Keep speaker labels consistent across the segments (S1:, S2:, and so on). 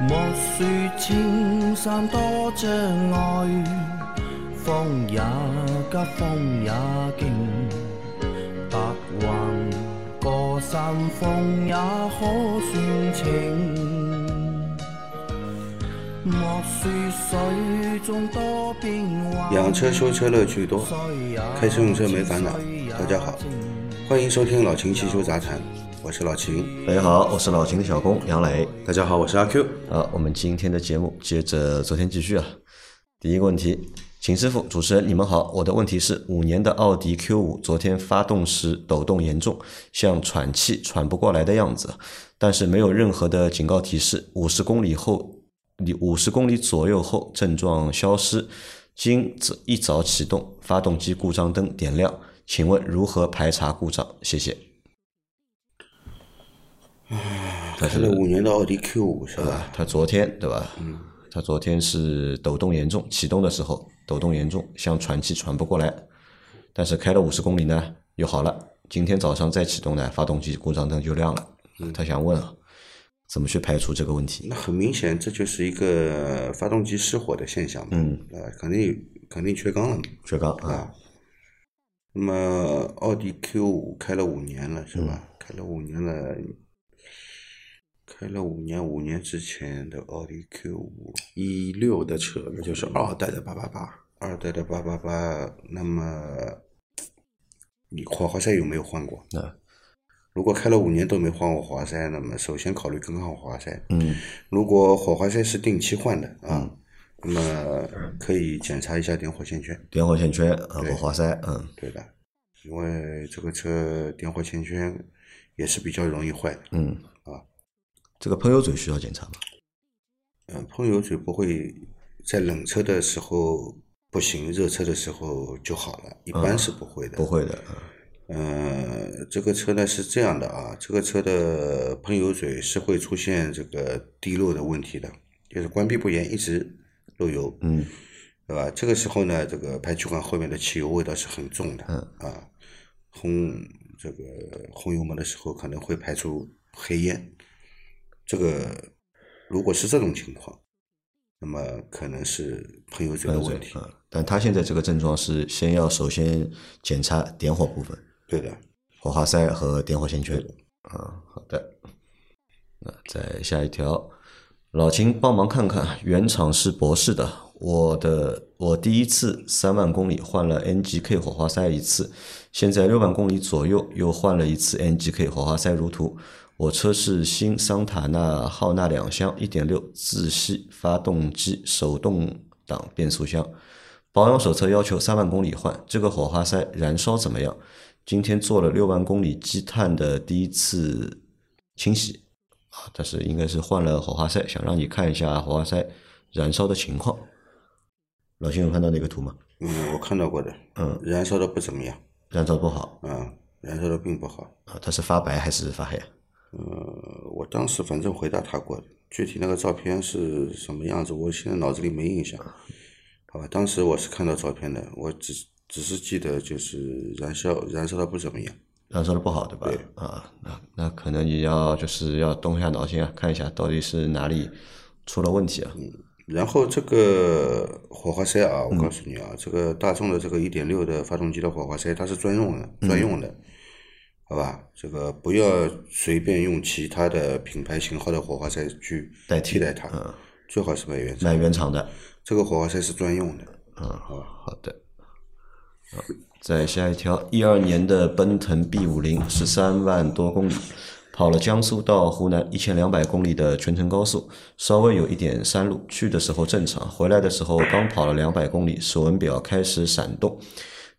S1: 莫说青山多障礙，風也急，風也勁。白雲過山峰也可算情。莫說水中多變幻，
S2: 养车修车乐趣多，
S1: 雖也
S2: 开车用车没烦恼。大家好，欢迎收听老秦汽修杂谈，我是老秦。
S3: 大家好，我是老秦的小工杨磊。
S2: 大家好，我是阿 Q。
S3: 啊，我们今天的节目接着昨天继续啊。第一个问题，秦师傅，主持人你们好，我的问题是五年的奥迪 Q 五昨天发动时抖动严重，像喘气喘不过来的样子，但是没有任何的警告提示。五十公里后，你五十公里左右后症状消失，今一早启动，发动机故障灯点亮，请问如何排查故障？谢谢。
S2: 开
S3: 但是
S2: 了哎五年的奥迪 Q 五是吧？
S3: 他昨天对吧？嗯，他昨天是抖动严重，启动的时候抖动严重，像喘气喘不过来，但是开了五十公里呢又好了。今天早上再启动呢，发动机故障灯就亮了。他想问啊，怎么去排除这个问题
S2: 嗯那？很明显，这就是一个发动机失火的现象嘛。
S3: 嗯，
S2: 呃，肯定肯定缺缸了嘛。
S3: 薛刚啊，
S2: 那么奥迪 Q 五开了五年了是吧？开了五年了，开了五年，五年之前的奥迪 Q 五
S4: 一六的车，那就是
S2: 哦
S4: 二代的八八八。
S2: 二代的八八八，那么你火花塞有没有换过？
S3: 那
S2: 如果开了五年都没换过火花塞，那么首先考虑更换火花塞。
S3: 嗯，
S2: 如果火花塞是定期换的啊，那么可以检查一下点火线圈。
S3: 点火线圈啊，
S2: 对
S3: 火花塞，嗯，
S2: 对的，因为这个车点火线圈也是比较容易坏的。
S3: 嗯这个喷油嘴需要检查吗？
S2: 嗯，喷油嘴不会在冷车的时候不行，热车的时候就好了，
S3: 嗯
S2: 一般是不会的。
S3: 不会的，嗯
S2: 呃，这个车呢是这样的啊，这个车的喷油嘴是会出现这个滴漏的问题的，就是关闭不严一直漏油，嗯，对吧？这个时候呢，这个排气管后面的汽油味道是很重的，嗯啊，轰这个轰油门的时候可能会排出黑烟，这个如果是这种情况，那么可能是喷油嘴的问题，
S3: 嗯，但他现在这个症状是先要首先检查点火部分，
S2: 对的，
S3: 火花塞和点火线圈。啊，好的。那再下一条，老秦帮忙看看，原厂是博世的，我的我第一次三万公里换了 NGK 火花塞一次，现在六万公里左右又换了一次 NGK 火花塞如图。我车是新桑塔纳浩纳两厢，一点六自吸发动机，手动挡变速箱。保养手册要求三万公里换，这个火花塞燃烧怎么样？今天做了六万公里积碳的第一次清洗啊，但是应该是换了火花塞，想让你看一下火花塞燃烧的情况。老秦有看到那个图吗？
S2: 嗯，我看到过的，
S3: 嗯，
S2: 燃烧的不怎么样，
S3: 燃烧不好
S2: 啊，燃烧的并不好。
S3: 啊，它是发白还是发黑啊？
S2: 呃，我当时反正回答他过的，具体那个照片是什么样子，我现在脑子里没印象。好吧，当时我是看到照片的，我只只是记得就是燃烧燃烧的不怎么样。
S3: 燃烧的不好，对吧？啊，那那可能你要就是要动一下脑筋啊，看一下到底是哪里出了问题啊。
S2: 然后这个火花塞啊，我
S3: 嗯
S2: 告诉你啊，这个大众的这个一点六的发动机的火花塞，它是专用的，专用
S3: 嗯
S2: 的，好吧？这个不要随便用其他的品牌型号的火花塞去
S3: 代替嗯
S2: 替代它，最好是买原厂。
S3: 买原厂的，
S2: 这个火花塞是专用的，
S3: 好的。再下一条，一二年的奔腾 B 五零，十三万多公里，跑了江苏到湖南一千两百公里的全程高速，稍微有一点山路，去的时候正常，回来的时候刚跑了两百公里，手纹表开始闪动，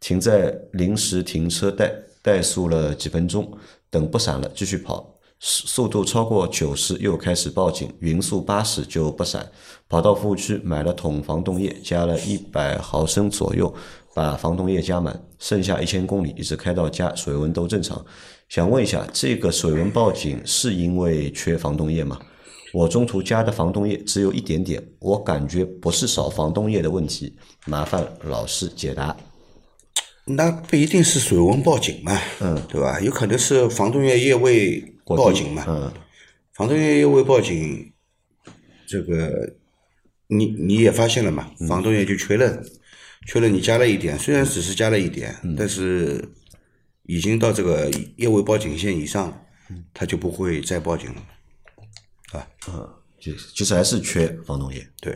S3: 停在临时停车带，怠速了几分钟，等不闪了继续跑，速速度超过九十又开始报警，匀速八十就不闪，跑到服务区买了桶防冻液，加了一百毫升左右，把防冻液加满，剩下一千公里一直开到家，水温都正常。想问一下，这个水温报警是因为缺防冻液吗？我中途加的防冻液只有一点点，我感觉不是少防冻液的问题，麻烦老师解答。
S2: 那不一定是水温报警嘛，嗯，对吧？有可能是防冻液液位
S3: 过
S2: 报
S3: 低
S2: 警嘛，
S3: 嗯
S2: 防冻液液位报警，这个你你也发现了嘛，房东也就确认，确认你加了一点，虽然只是加了一点，但是已经到这个业务报警线以上，他就不会再报警了。
S3: 就其实还是缺房东爷。
S2: 对，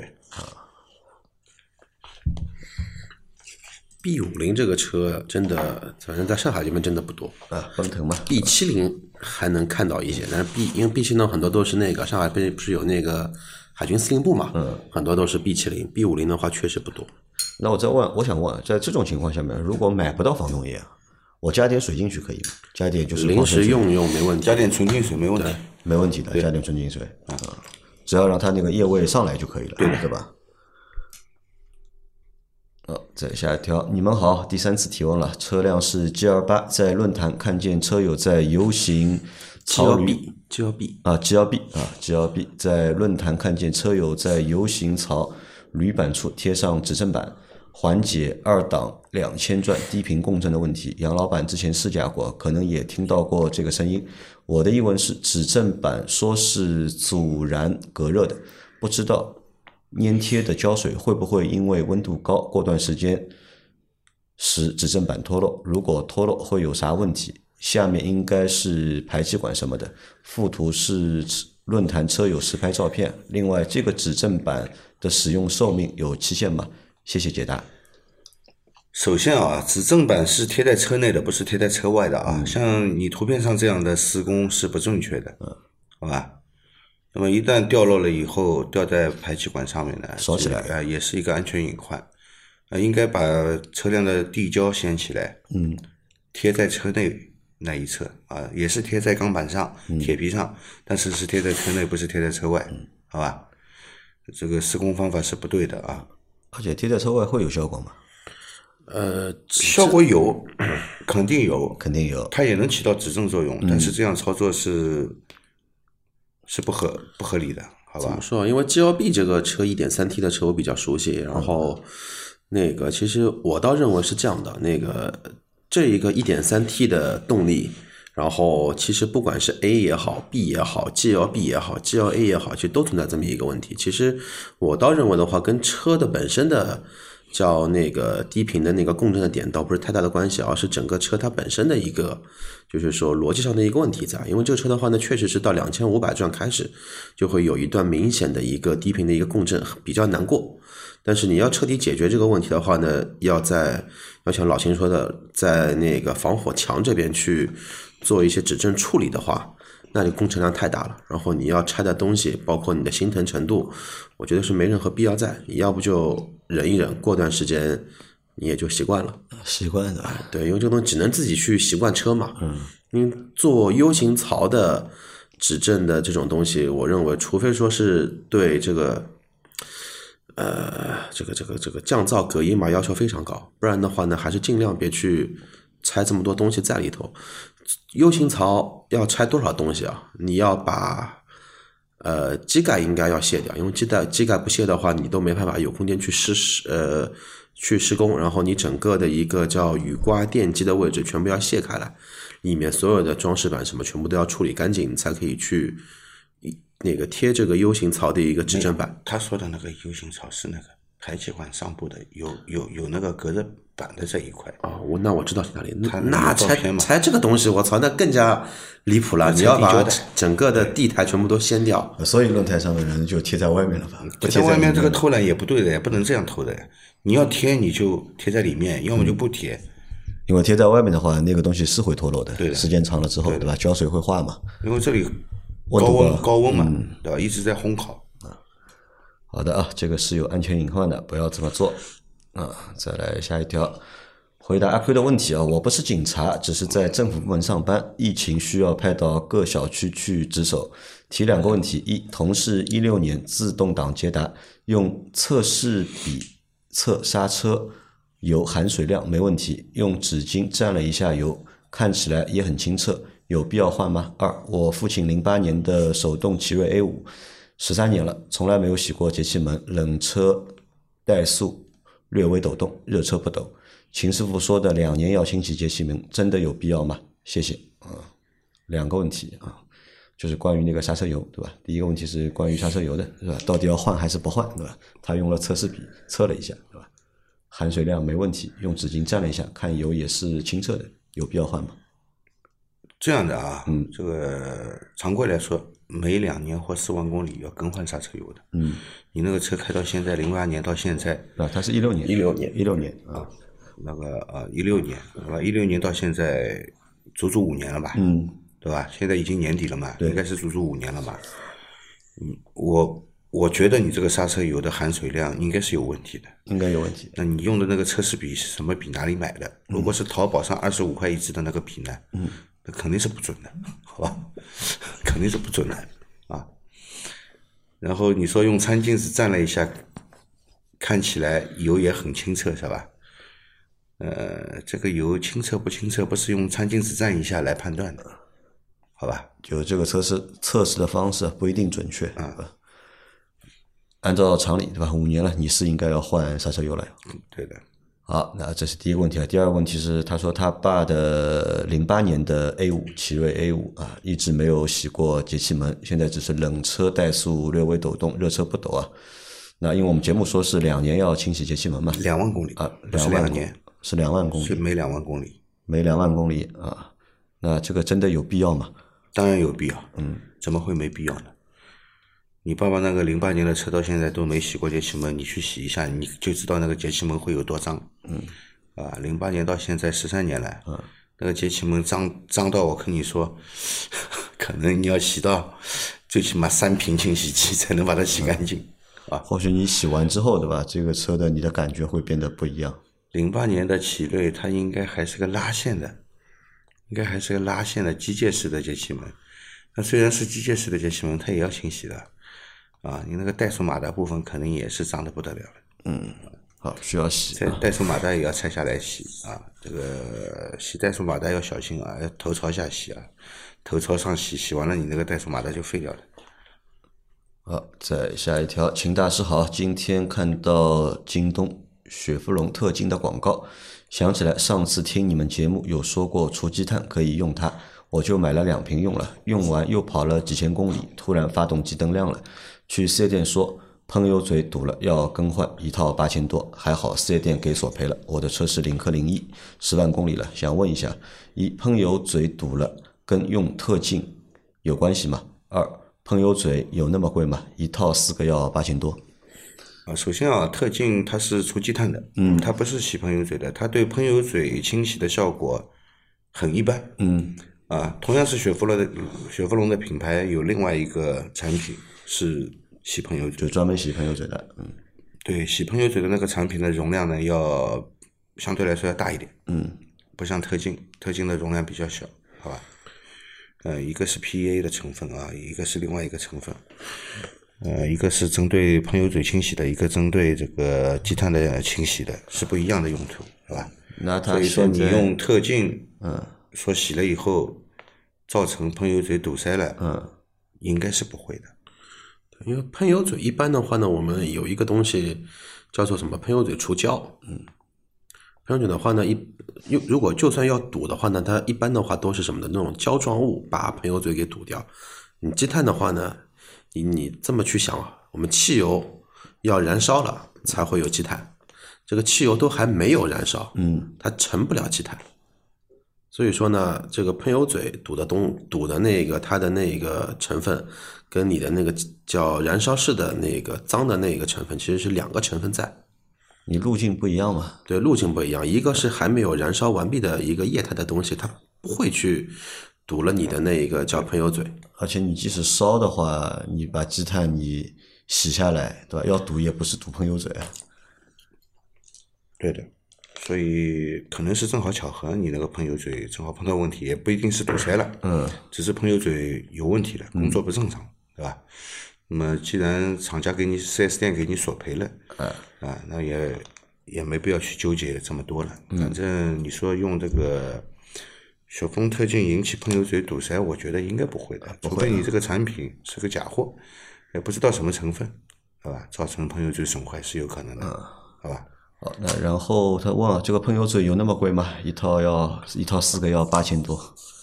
S4: B 五零这个车真的，反正在上海这边真的不多。
S3: 啊，奔腾嘛，
S4: B 七零还能看到一些，但是 B 因为 B 七零很多都是那个上海不是不是有那个海军司令部嘛，嗯，很多都是 B 七零，B 五零的话确实不多。
S3: 那我再问，我想问，啊在这种情况下面，如果买不到房东爷啊，我加点水进去可以吗？加点就是
S4: 临
S3: 矿泉
S4: 时
S3: 水
S4: 用一用没问题
S2: 加。点纯净水没问题。
S3: 没问题的，加点纯净水啊，只要让它那个液位上来就可以了，对吧？好、再下一条，你们好，第三次提问了，车辆是 G 二八，在论坛看见车友在游行
S4: G
S3: 草
S4: 幺
S3: 履
S4: B G 幺 B
S3: 啊，G 幺 B 啊，G 幺 B 在论坛看见车友在游行槽铝板处贴上指正板，缓解二档两千转低频共振的问题。杨老板之前试驾过，可能也听到过这个声音。我的疑问是，指正板说是阻燃隔热的，不知道粘贴的胶水会不会因为温度高，过段时间使指正板脱落？如果脱落会有啥问题？下面应该是排气管什么的。附图是论坛车友实拍照片。另外，这个指正板的使用寿命有期限吗？谢谢解答。
S2: 首先啊，指正板是贴在车内的，不是贴在车外的
S3: 嗯
S2: 啊。像你图片上这样的施工是不正确的，
S3: 嗯
S2: 好吧？那么一旦掉落了以后，掉在排气管上面呢，
S3: 烧起来
S2: 啊、也是一个安全隐患。呃，应该把车辆的地胶掀起来，
S3: 嗯，
S2: 贴在车内那一侧啊，也是贴在钢板上、
S3: 嗯
S2: 铁皮上，但是是贴在车内，不是贴在车外，好吧？这个施工方法是不对的啊。
S3: 而且贴在车外会有效果吗？
S4: 呃
S2: 效果有， 肯定有，
S3: 肯定有。
S2: 它也能起到指正作用，但是这样操作是是不合不合理的，好
S4: 怎么
S2: 吧？
S4: 说？因为 G 幺 B 这个车一点三 T 的车我比较熟悉，然后那个其实我倒认为是这样的，那个这一个一点三 T 的动力，然后其实不管是 A 也好，B 也好，G 幺 B 也好，G 幺 A 也好，其实都存在这么一个问题。其实我倒认为的话，跟车的本身的。叫那个低频的那个共振的点倒不是太大的关系，而是整个车它本身的一个，就是说逻辑上的一个问题在。因为这个车的话呢，确实是到两千五百转开始，就会有一段明显的一个低频的一个共振，比较难过。但是你要彻底解决这个问题的话呢，要在要像老秦说的，在那个防火墙这边去做一些指正处理的话，那就工程量太大了。然后你要拆的东西，包括你的心疼程度，我觉得是没任何必要在。你要不就忍一忍，过段时间你也就习惯了。
S3: 习惯的。
S4: 对，因为这个东西只能自己去习惯车嘛。嗯，因为做 U 型槽的指正的这种东西，我认为，除非说是对这个，呃，这个这个这个降噪隔音嘛要求非常高，不然的话呢，还是尽量别去拆这么多东西在里头。U 型槽要拆多少东西啊？你要把。呃，机盖应该要卸掉，因为机盖机盖不卸的话，你都没办法有空间去施施呃去施工，然后你整个的一个叫雨刮电机的位置全部要卸开来，里面所有的装饰板什么全部都要处理干净，你才可以去一那个贴这个 U 型槽的一个指正板。
S2: 他说的那个 U 型槽是那个排气管上部的，有有有那个隔热板的这一块，
S4: 啊、我那我知道是哪里，那
S2: 看了
S4: 那
S2: 有照
S4: 拆
S2: 片嘛
S4: 拆这个东西，我操，那更加离谱了！你
S2: 拆
S4: 要
S2: 地
S4: 把
S2: 胶带
S4: 整个的地台全部都掀掉，
S3: 所以论坛上的人就贴在外面了吧？不
S2: 嗯贴
S3: 贴
S2: 在外
S3: 里
S2: 面这个
S3: 了
S2: 偷懒也不对的，呀，不能这样偷的。呀。你要贴你就贴在里面，要么就不贴。
S3: 因为贴在外面的话，那个东西是会脱落的。
S2: 对的
S3: 时间长了之后，对吧？胶水会化嘛。
S2: 因为这里
S3: 温
S2: 高
S3: 度
S2: 温
S3: 高
S2: 高温嘛，对吧？一直在烘烤。
S3: 好的啊，这个是有安全隐患的，不要这么做啊。再来下一条，回答阿 Q 的问题啊，我不是警察，只是在政府部门上班，疫情需要派到各小区去值守。提两个问题：一，同事一六年自动挡捷达用测试笔测刹车油含水量没问题，用纸巾蘸了一下油，看起来也很清澈，有必要换吗？二，我父亲零八年的手动奇瑞 A 五。十三年了，从来没有洗过节气门，冷车怠速略微抖动，热车不抖。秦师傅说的两年要清洗节气门，真的有必要吗？谢谢啊、两个问题啊。就是关于那个刹车油，对吧？第一个问题是关于刹车油的，是吧？到底要换还是不换，对吧？他用了测试笔测了一下，对吧？含水量没问题，用纸巾蘸了一下，看油也是清澈的，有必要换吗？
S2: 这样的啊，这个常规来说，每两年或四万公里要更换刹车油的。嗯，你那个车开到现在，零八年到现在，
S3: 啊，他是一六年，
S4: 16年
S3: 一六年啊，
S2: 那个呃一六年，对吧？一六年到现在足足五年了吧？嗯，对吧？现在已经年底了嘛，应该是足足五年了吧？嗯，我我觉得你这个刹车油的含水量应该是有问题的。
S3: 应该有问题。
S2: 那你用的那个测试笔是什么笔？哪里买的？如果是淘宝上二十五块一支的那个笔呢？嗯，那肯定是不准的， 好吧？肯定是不准的啊。然后你说用餐巾纸蘸了一下，看起来油也很清澈，是吧？呃，这个油清澈不清澈，不是用餐巾纸蘸一下来判断的，好吧？
S3: 就这个测试测试的方式不一定准确啊。按照常理，对吧？五年了，你是应该要换刹车油了。
S2: 对的，
S3: 好，那这是第一个问题啊。第二个问题是，他说他爸的零八年的 A 五奇瑞 A 五啊，一直没有洗过节气门，现在只是冷车怠速略微抖动，热车不抖啊。那因为我们节目说是两年要清洗节气门嘛，
S2: 两万公里
S3: 啊，
S2: 不是
S3: 万
S2: 呃两
S3: 公
S2: 年，
S3: 是两万公
S2: 是
S3: 里，
S2: 每两万公里，
S3: 每两万公里啊。那这个真的有必要吗？
S2: 当然有必要。嗯，怎么会没必要呢？你爸爸那个零八年的车到现在都没洗过节气门，你去洗一下，你就知道那个节气门会有多脏。嗯，啊，零八年到现在十三年了，嗯，那个节气门脏脏到我跟你说， 可能你要洗到最起码三瓶清洗剂才能把它洗干净。
S3: 或许你洗完之后，对吧？这个车的你的感觉会变得不一样。
S2: 零八年的奇瑞，它应该还是个拉线的，应该还是个拉线的机械式的节气门。那虽然是机械式的节气门，它也要清洗的，啊，你那个怠速马达部分肯定也是脏的不得了了，
S3: 好，需要洗
S2: 这怠速马达也要拆下来洗啊。这个洗怠速马达要小心啊，要头朝下洗啊，头朝上洗，洗完了你那个怠速马达就废掉了。
S3: 好，再下一条，秦大师好，今天看到京东雪佛龙特进的广告，想起来上次听你们节目有说过除积碳可以用它，我就买了两瓶用了，用完又跑了几千公里，突然发动机灯亮了，去四 S 店说喷油嘴堵了，要更换，一套八千多，还好四 S 店给索赔了，我的车是领克零一，十万公里了，想问一下，一喷油嘴堵了跟用特进有关系吗？二喷油嘴有那么贵吗？一套四个要八千多。
S2: 啊，首先啊，特进它是除积碳的，嗯，它不是洗喷油嘴的，它对喷油嘴清洗的效果很一般，嗯，啊，同样是雪佛龙的雪佛龙的品牌有另外一个产品是洗喷油
S3: 就
S2: 嘴，
S3: 专门洗喷油嘴的，嗯，
S2: 对，洗喷油嘴的那个产品的容量呢要相对来说要大一点，嗯，不像特进，特进的容量比较小，好吧，呃，一个是 PEA 的成分啊，一个是另外一个成分，呃，一个是针对喷油嘴清洗的，一个针对这个积碳的清洗的，是不一样的用途，是吧？
S3: 那他
S2: 所以说
S3: 现
S2: 你
S3: 在
S2: 用特进，嗯，说洗了以后造成喷油嘴堵塞了，嗯，应该是不会的。
S4: 因为喷油嘴一般的话呢，我们有一个东西叫做什么喷油嘴除胶。嗯，喷油嘴的话呢，一又如果就算要堵的话呢，它一般的话都是什么的那种胶状物把喷油嘴给堵掉。你积碳的话呢，你你这么去想啊，我们汽油要燃烧了才会有积碳，这个汽油都还没有燃烧，嗯，它成不了积碳。所以说呢，这个喷油嘴堵的东堵的那个它的那个成分，跟你的那个叫燃烧室的那个脏的那个成分其实是两个成分在。
S3: 你路径不一样嘛，
S4: 对，路径不一样，一个是还没有燃烧完毕的一个液态的东西，它不会去堵了你的那个叫喷油嘴。
S3: 而且你即使烧的话，你把积碳你洗下来，对吧？要堵也不是堵喷油嘴啊，
S2: 对的，所以可能是正好巧合，你那个喷油嘴正好碰到问题，也不一定是堵塞了，嗯，只是喷油嘴有问题了，工作不正常，对吧？那么既然厂家给你四 S 店给你索赔了，啊，那也也没必要去纠结这么多了，反正你说用这个。雪峰特进引起喷油嘴堵塞，我觉得应该不会啊的，除非你这个产品是个假货，嗯也不知道什么成分，好吧？造成喷油嘴损坏是有可能的，好吧？
S3: 好，那然后他问啊，这个喷油嘴有那么贵吗？一套要一套四个要八千多。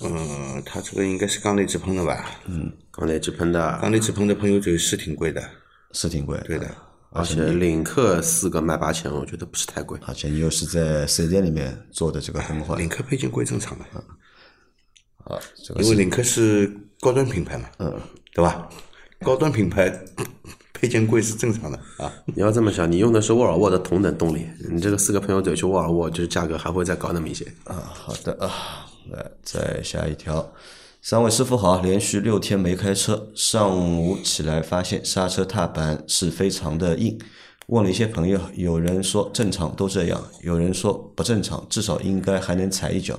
S2: 嗯，它这个应该是缸内直喷的吧？
S3: 嗯
S4: 缸内直喷的，
S2: 缸内直喷的喷油嘴是挺贵的，
S3: 是挺贵，
S2: 对的。
S4: 而且领克四个卖八千，我觉得不是太贵。
S3: 而且你又是在四 S 店里面做的这个更换
S2: 领克配件贵正常的，
S3: 啊，这个
S2: 因为
S3: 是
S2: 领克是高端品牌嘛，嗯，对吧？高端品牌配件贵是正常的啊。
S4: 你要这么想，你用的是沃尔沃的同等动力，你这个四个喷油嘴去沃尔沃，就是价格还会再高那么一些。
S3: 啊，好的啊，来再下一条。三位师傅好，连续六天没开车，上午起来发现刹车踏板是非常的硬，问了一些朋友，有人说正常都这样，有人说不正常，至少应该还能踩一脚。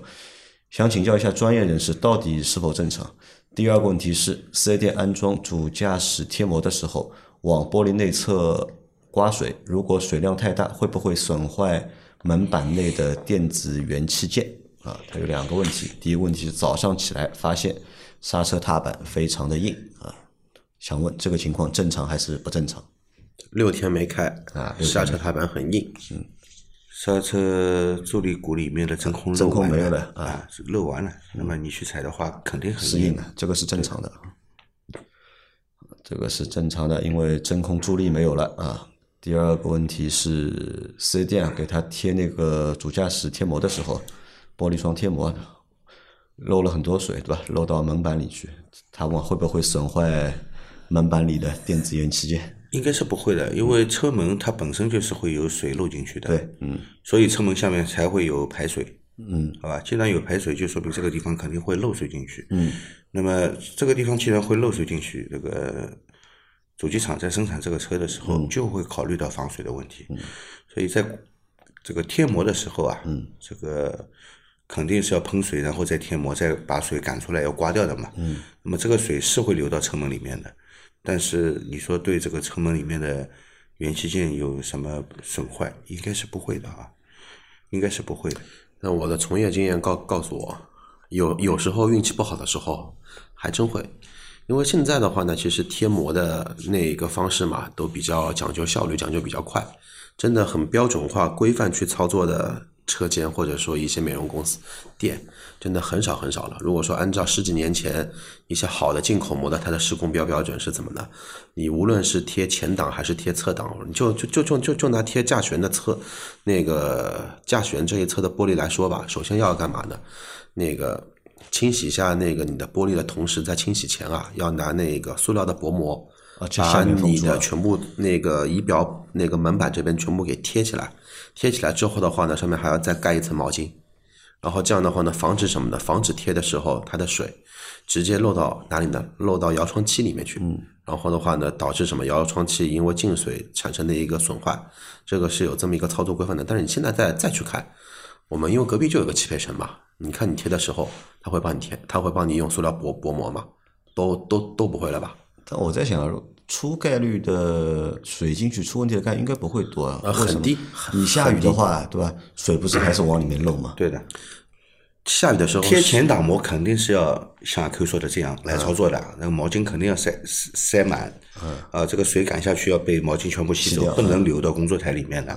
S3: 想请教一下专业人士，到底是否正常？第二个问题是，四 S 店安装主驾驶贴膜的时候，往玻璃内侧刮水，如果水量太大，会不会损坏门板内的电子元器件？啊，它有两个问题。第一个问题是早上起来发现刹车踏板非常的硬啊，想问这个情况正常还是不正常？
S4: 六天没开
S3: 啊六天没开
S4: 刹车踏板很硬，
S2: 刹车助力鼓里面的真空
S3: 真
S2: 漏
S3: 空
S2: 完
S3: 没有
S2: 了
S3: 了啊
S2: 啊，是漏完了。那么你去踩的话，肯定很
S3: 是硬的，啊这个是正常的，这个是正常的，因为真空助力没有了啊。第二个问题是四 S 店啊给他贴那个主驾驶贴膜的时候，玻璃窗贴膜啊漏了很多水，对吧？漏到门板里去，他问会不会损坏门板里的电子元器件？
S2: 应该是不会的，因为车门它本身就是会有水漏进去的，
S3: 嗯对，嗯，
S2: 所以车门下面才会有排水，
S3: 嗯，
S2: 好吧？既然有排水，就说明这个地方肯定会漏水进去，嗯，那么这个地方既然会漏水进去，那个主机厂在生产这个车的时
S3: 嗯
S2: 候就会考虑到防水的问题，所以在这个贴膜的时候啊，嗯，这个肯定是要喷水，然后再贴膜，再把水赶出来要刮掉的嘛，嗯，那么这个水是会流到车门里面的，但是你说对这个车门里面的元器件有什么损坏，应该是不会的啊，应该是不会的。
S4: 但我的从业经验告告诉我，有有时候运气不好的时候，还真会。因为现在的话呢，其实贴膜的那一个方式嘛，都比较讲究效率，讲究比较快，真的很标准化、规范去操作的车间或者说一些美容公司店，真的很少很少了。如果说按照十几年前一些好的进口膜的它的施工标标准是怎么的，你无论是贴前挡还是贴侧挡，你就就就就就就拿贴驾旋的侧那个驾旋这一侧的玻璃来说吧，首先要干嘛呢？那个清洗一下那个你的玻璃的同时，在清洗前啊，要拿那个塑料的薄膜
S3: 啊就下
S4: 把
S3: 面封
S4: 你
S3: 住了
S4: 的全部那个仪表那个门板这边全部给贴起来。贴起来之后的话呢，上面还要再盖一层毛巾。然后这样的话呢，防止什么呢？防止贴的时候它的水直接漏到哪里呢？漏到摇窗器里面去。
S3: 嗯
S4: 然后的话呢，导致什么？摇窗器因为进水产生的一个损坏，这个是有这么一个操作规范的。但是你现在再再去看，我们因为隔壁就有个汽配城嘛，你看你贴的时候，他会帮你贴，他会帮你用塑料薄薄膜嘛，都都都不会了吧？
S3: 但我在想，如出概率的水进去出问题的概率应该不会多啊，
S4: 呃
S3: 为什么
S4: 很低
S3: 你下雨的话，对吧？水不是还是往里面漏吗？
S2: 对的，
S4: 下雨的时候
S2: 贴前挡膜肯定是要像阿 Q 说的这样
S3: 嗯
S2: 来操作的，那个毛巾肯定要塞塞塞满，啊，这个水赶下去要被毛巾全部吸
S3: 吸
S2: 走
S3: 掉，嗯
S2: 不能流到工作台里面的。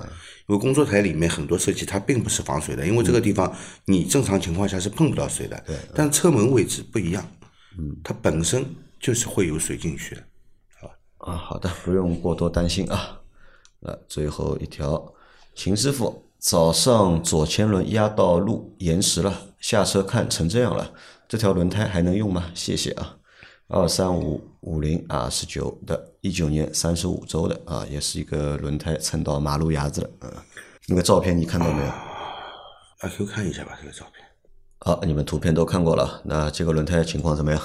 S2: 因为工作台里面很多设计它并不是防水的，因为这个地方你正常情况下是碰不到水的，
S3: 嗯
S2: 但车门位置不一样，它本身就是会有水进去的。
S3: 啊，好的，不用过多担心啊。那最后一条，秦师傅，早上左前轮压到路延时了，下车看成这样了，这条轮胎还能用吗？谢谢啊。二三五五零 R 十九的，一九年三十五周的啊，也是一个轮胎蹭到马路牙子了，嗯，那个照片你看到没有？
S2: 阿 Q 看一下吧，这个照片。
S3: 好，啊你们图片都看过了，那这个轮胎情况怎么样？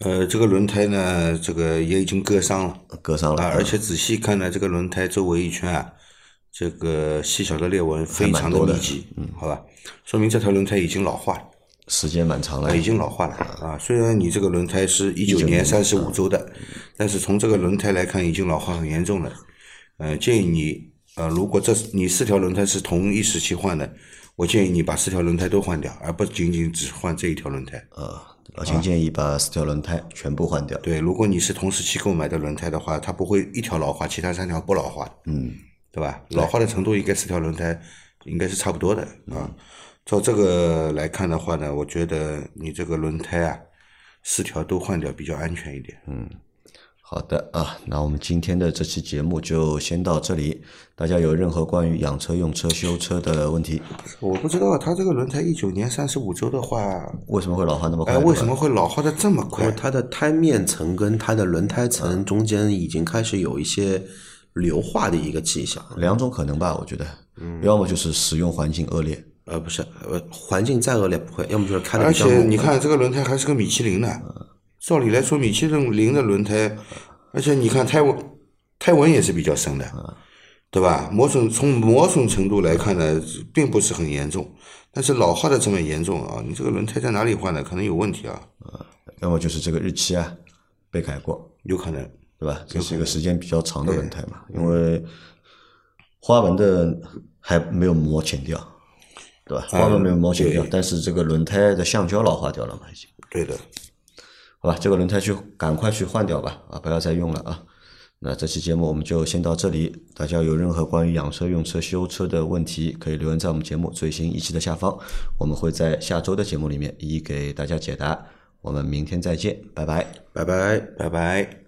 S2: 呃，这个轮胎呢，这个也已经割伤了。
S3: 割伤了，
S2: 啊，而且仔细看呢，这个轮胎周围一圈啊，这个细小的裂纹非常
S3: 还蛮多的
S2: 密集，嗯，好吧，说明这条轮胎已经老化了，
S3: 时间蛮长了，
S2: 已经老化了啊。虽然你这个轮胎是哎一九年三十五周的，嗯但是从这个轮胎来看，已经老化很严重了。呃，建议你，呃，如果这你四条轮胎是同一时期换的，我建议你把四条轮胎都换掉，而不仅仅只换这一条轮胎。
S3: 啊。老秦建议把四条轮胎全部换掉。
S2: 对，如果你是同时期购买的轮胎的话，它不会一条老化，其他三条不老化的。
S3: 嗯，
S2: 对吧？老化的程度应该四条轮胎应该是差不多的啊。照这个来看的话呢，我觉得你这个轮胎啊，四条都换掉比较安全一点。
S3: 好的啊，那我们今天的这期节目就先到这里。大家有任何关于养车、用车、修车的问题，
S2: 我不知道它这个轮胎一九年三十五周的话，
S3: 为什么会老化那么快？
S2: 哎，为什
S3: 对吧？
S2: 么会老化的这么
S4: 因
S2: 快
S4: 为？它的胎面层跟它的轮胎
S2: 嗯
S4: 层中间已经开始有一些硫化的一个迹象，
S3: 两种可能吧，我觉得，
S2: 嗯
S3: 要么就是使用环境恶劣，
S4: 呃，不是，呃，环境再恶劣不会，要么就是开的
S2: 而
S4: 比较
S2: 且
S4: 猛
S2: 你看这个轮胎还是个米其林的，照理来说米其林的轮胎，而且你看胎纹胎纹也是比较深
S4: 嗯
S2: 的，对吧？磨损从磨损程度来看呢，并不是很严重，但是老化的这么严重啊，你这个轮胎在哪里换的可能有问题啊，
S3: 要么就是这个日期啊被改过，
S2: 有可能。
S3: 对吧？这是一个时间比较长的轮胎嘛，因为花纹的还没有磨浅掉，对吧？
S2: 哎
S3: 花纹没有磨浅掉，但是这个轮胎的橡胶老化掉了嘛，已经。
S2: 对的，
S3: 好吧，这个轮胎去赶快去换掉吧，啊，不要再用了啊。那这期节目我们就先到这里，大家有任何关于养车、用车、修车的问题，可以留言在我们节目最新一期的下方，我们会在下周的节目里面一一给大家解答。我们明天再见，拜拜。
S2: 拜拜，拜拜。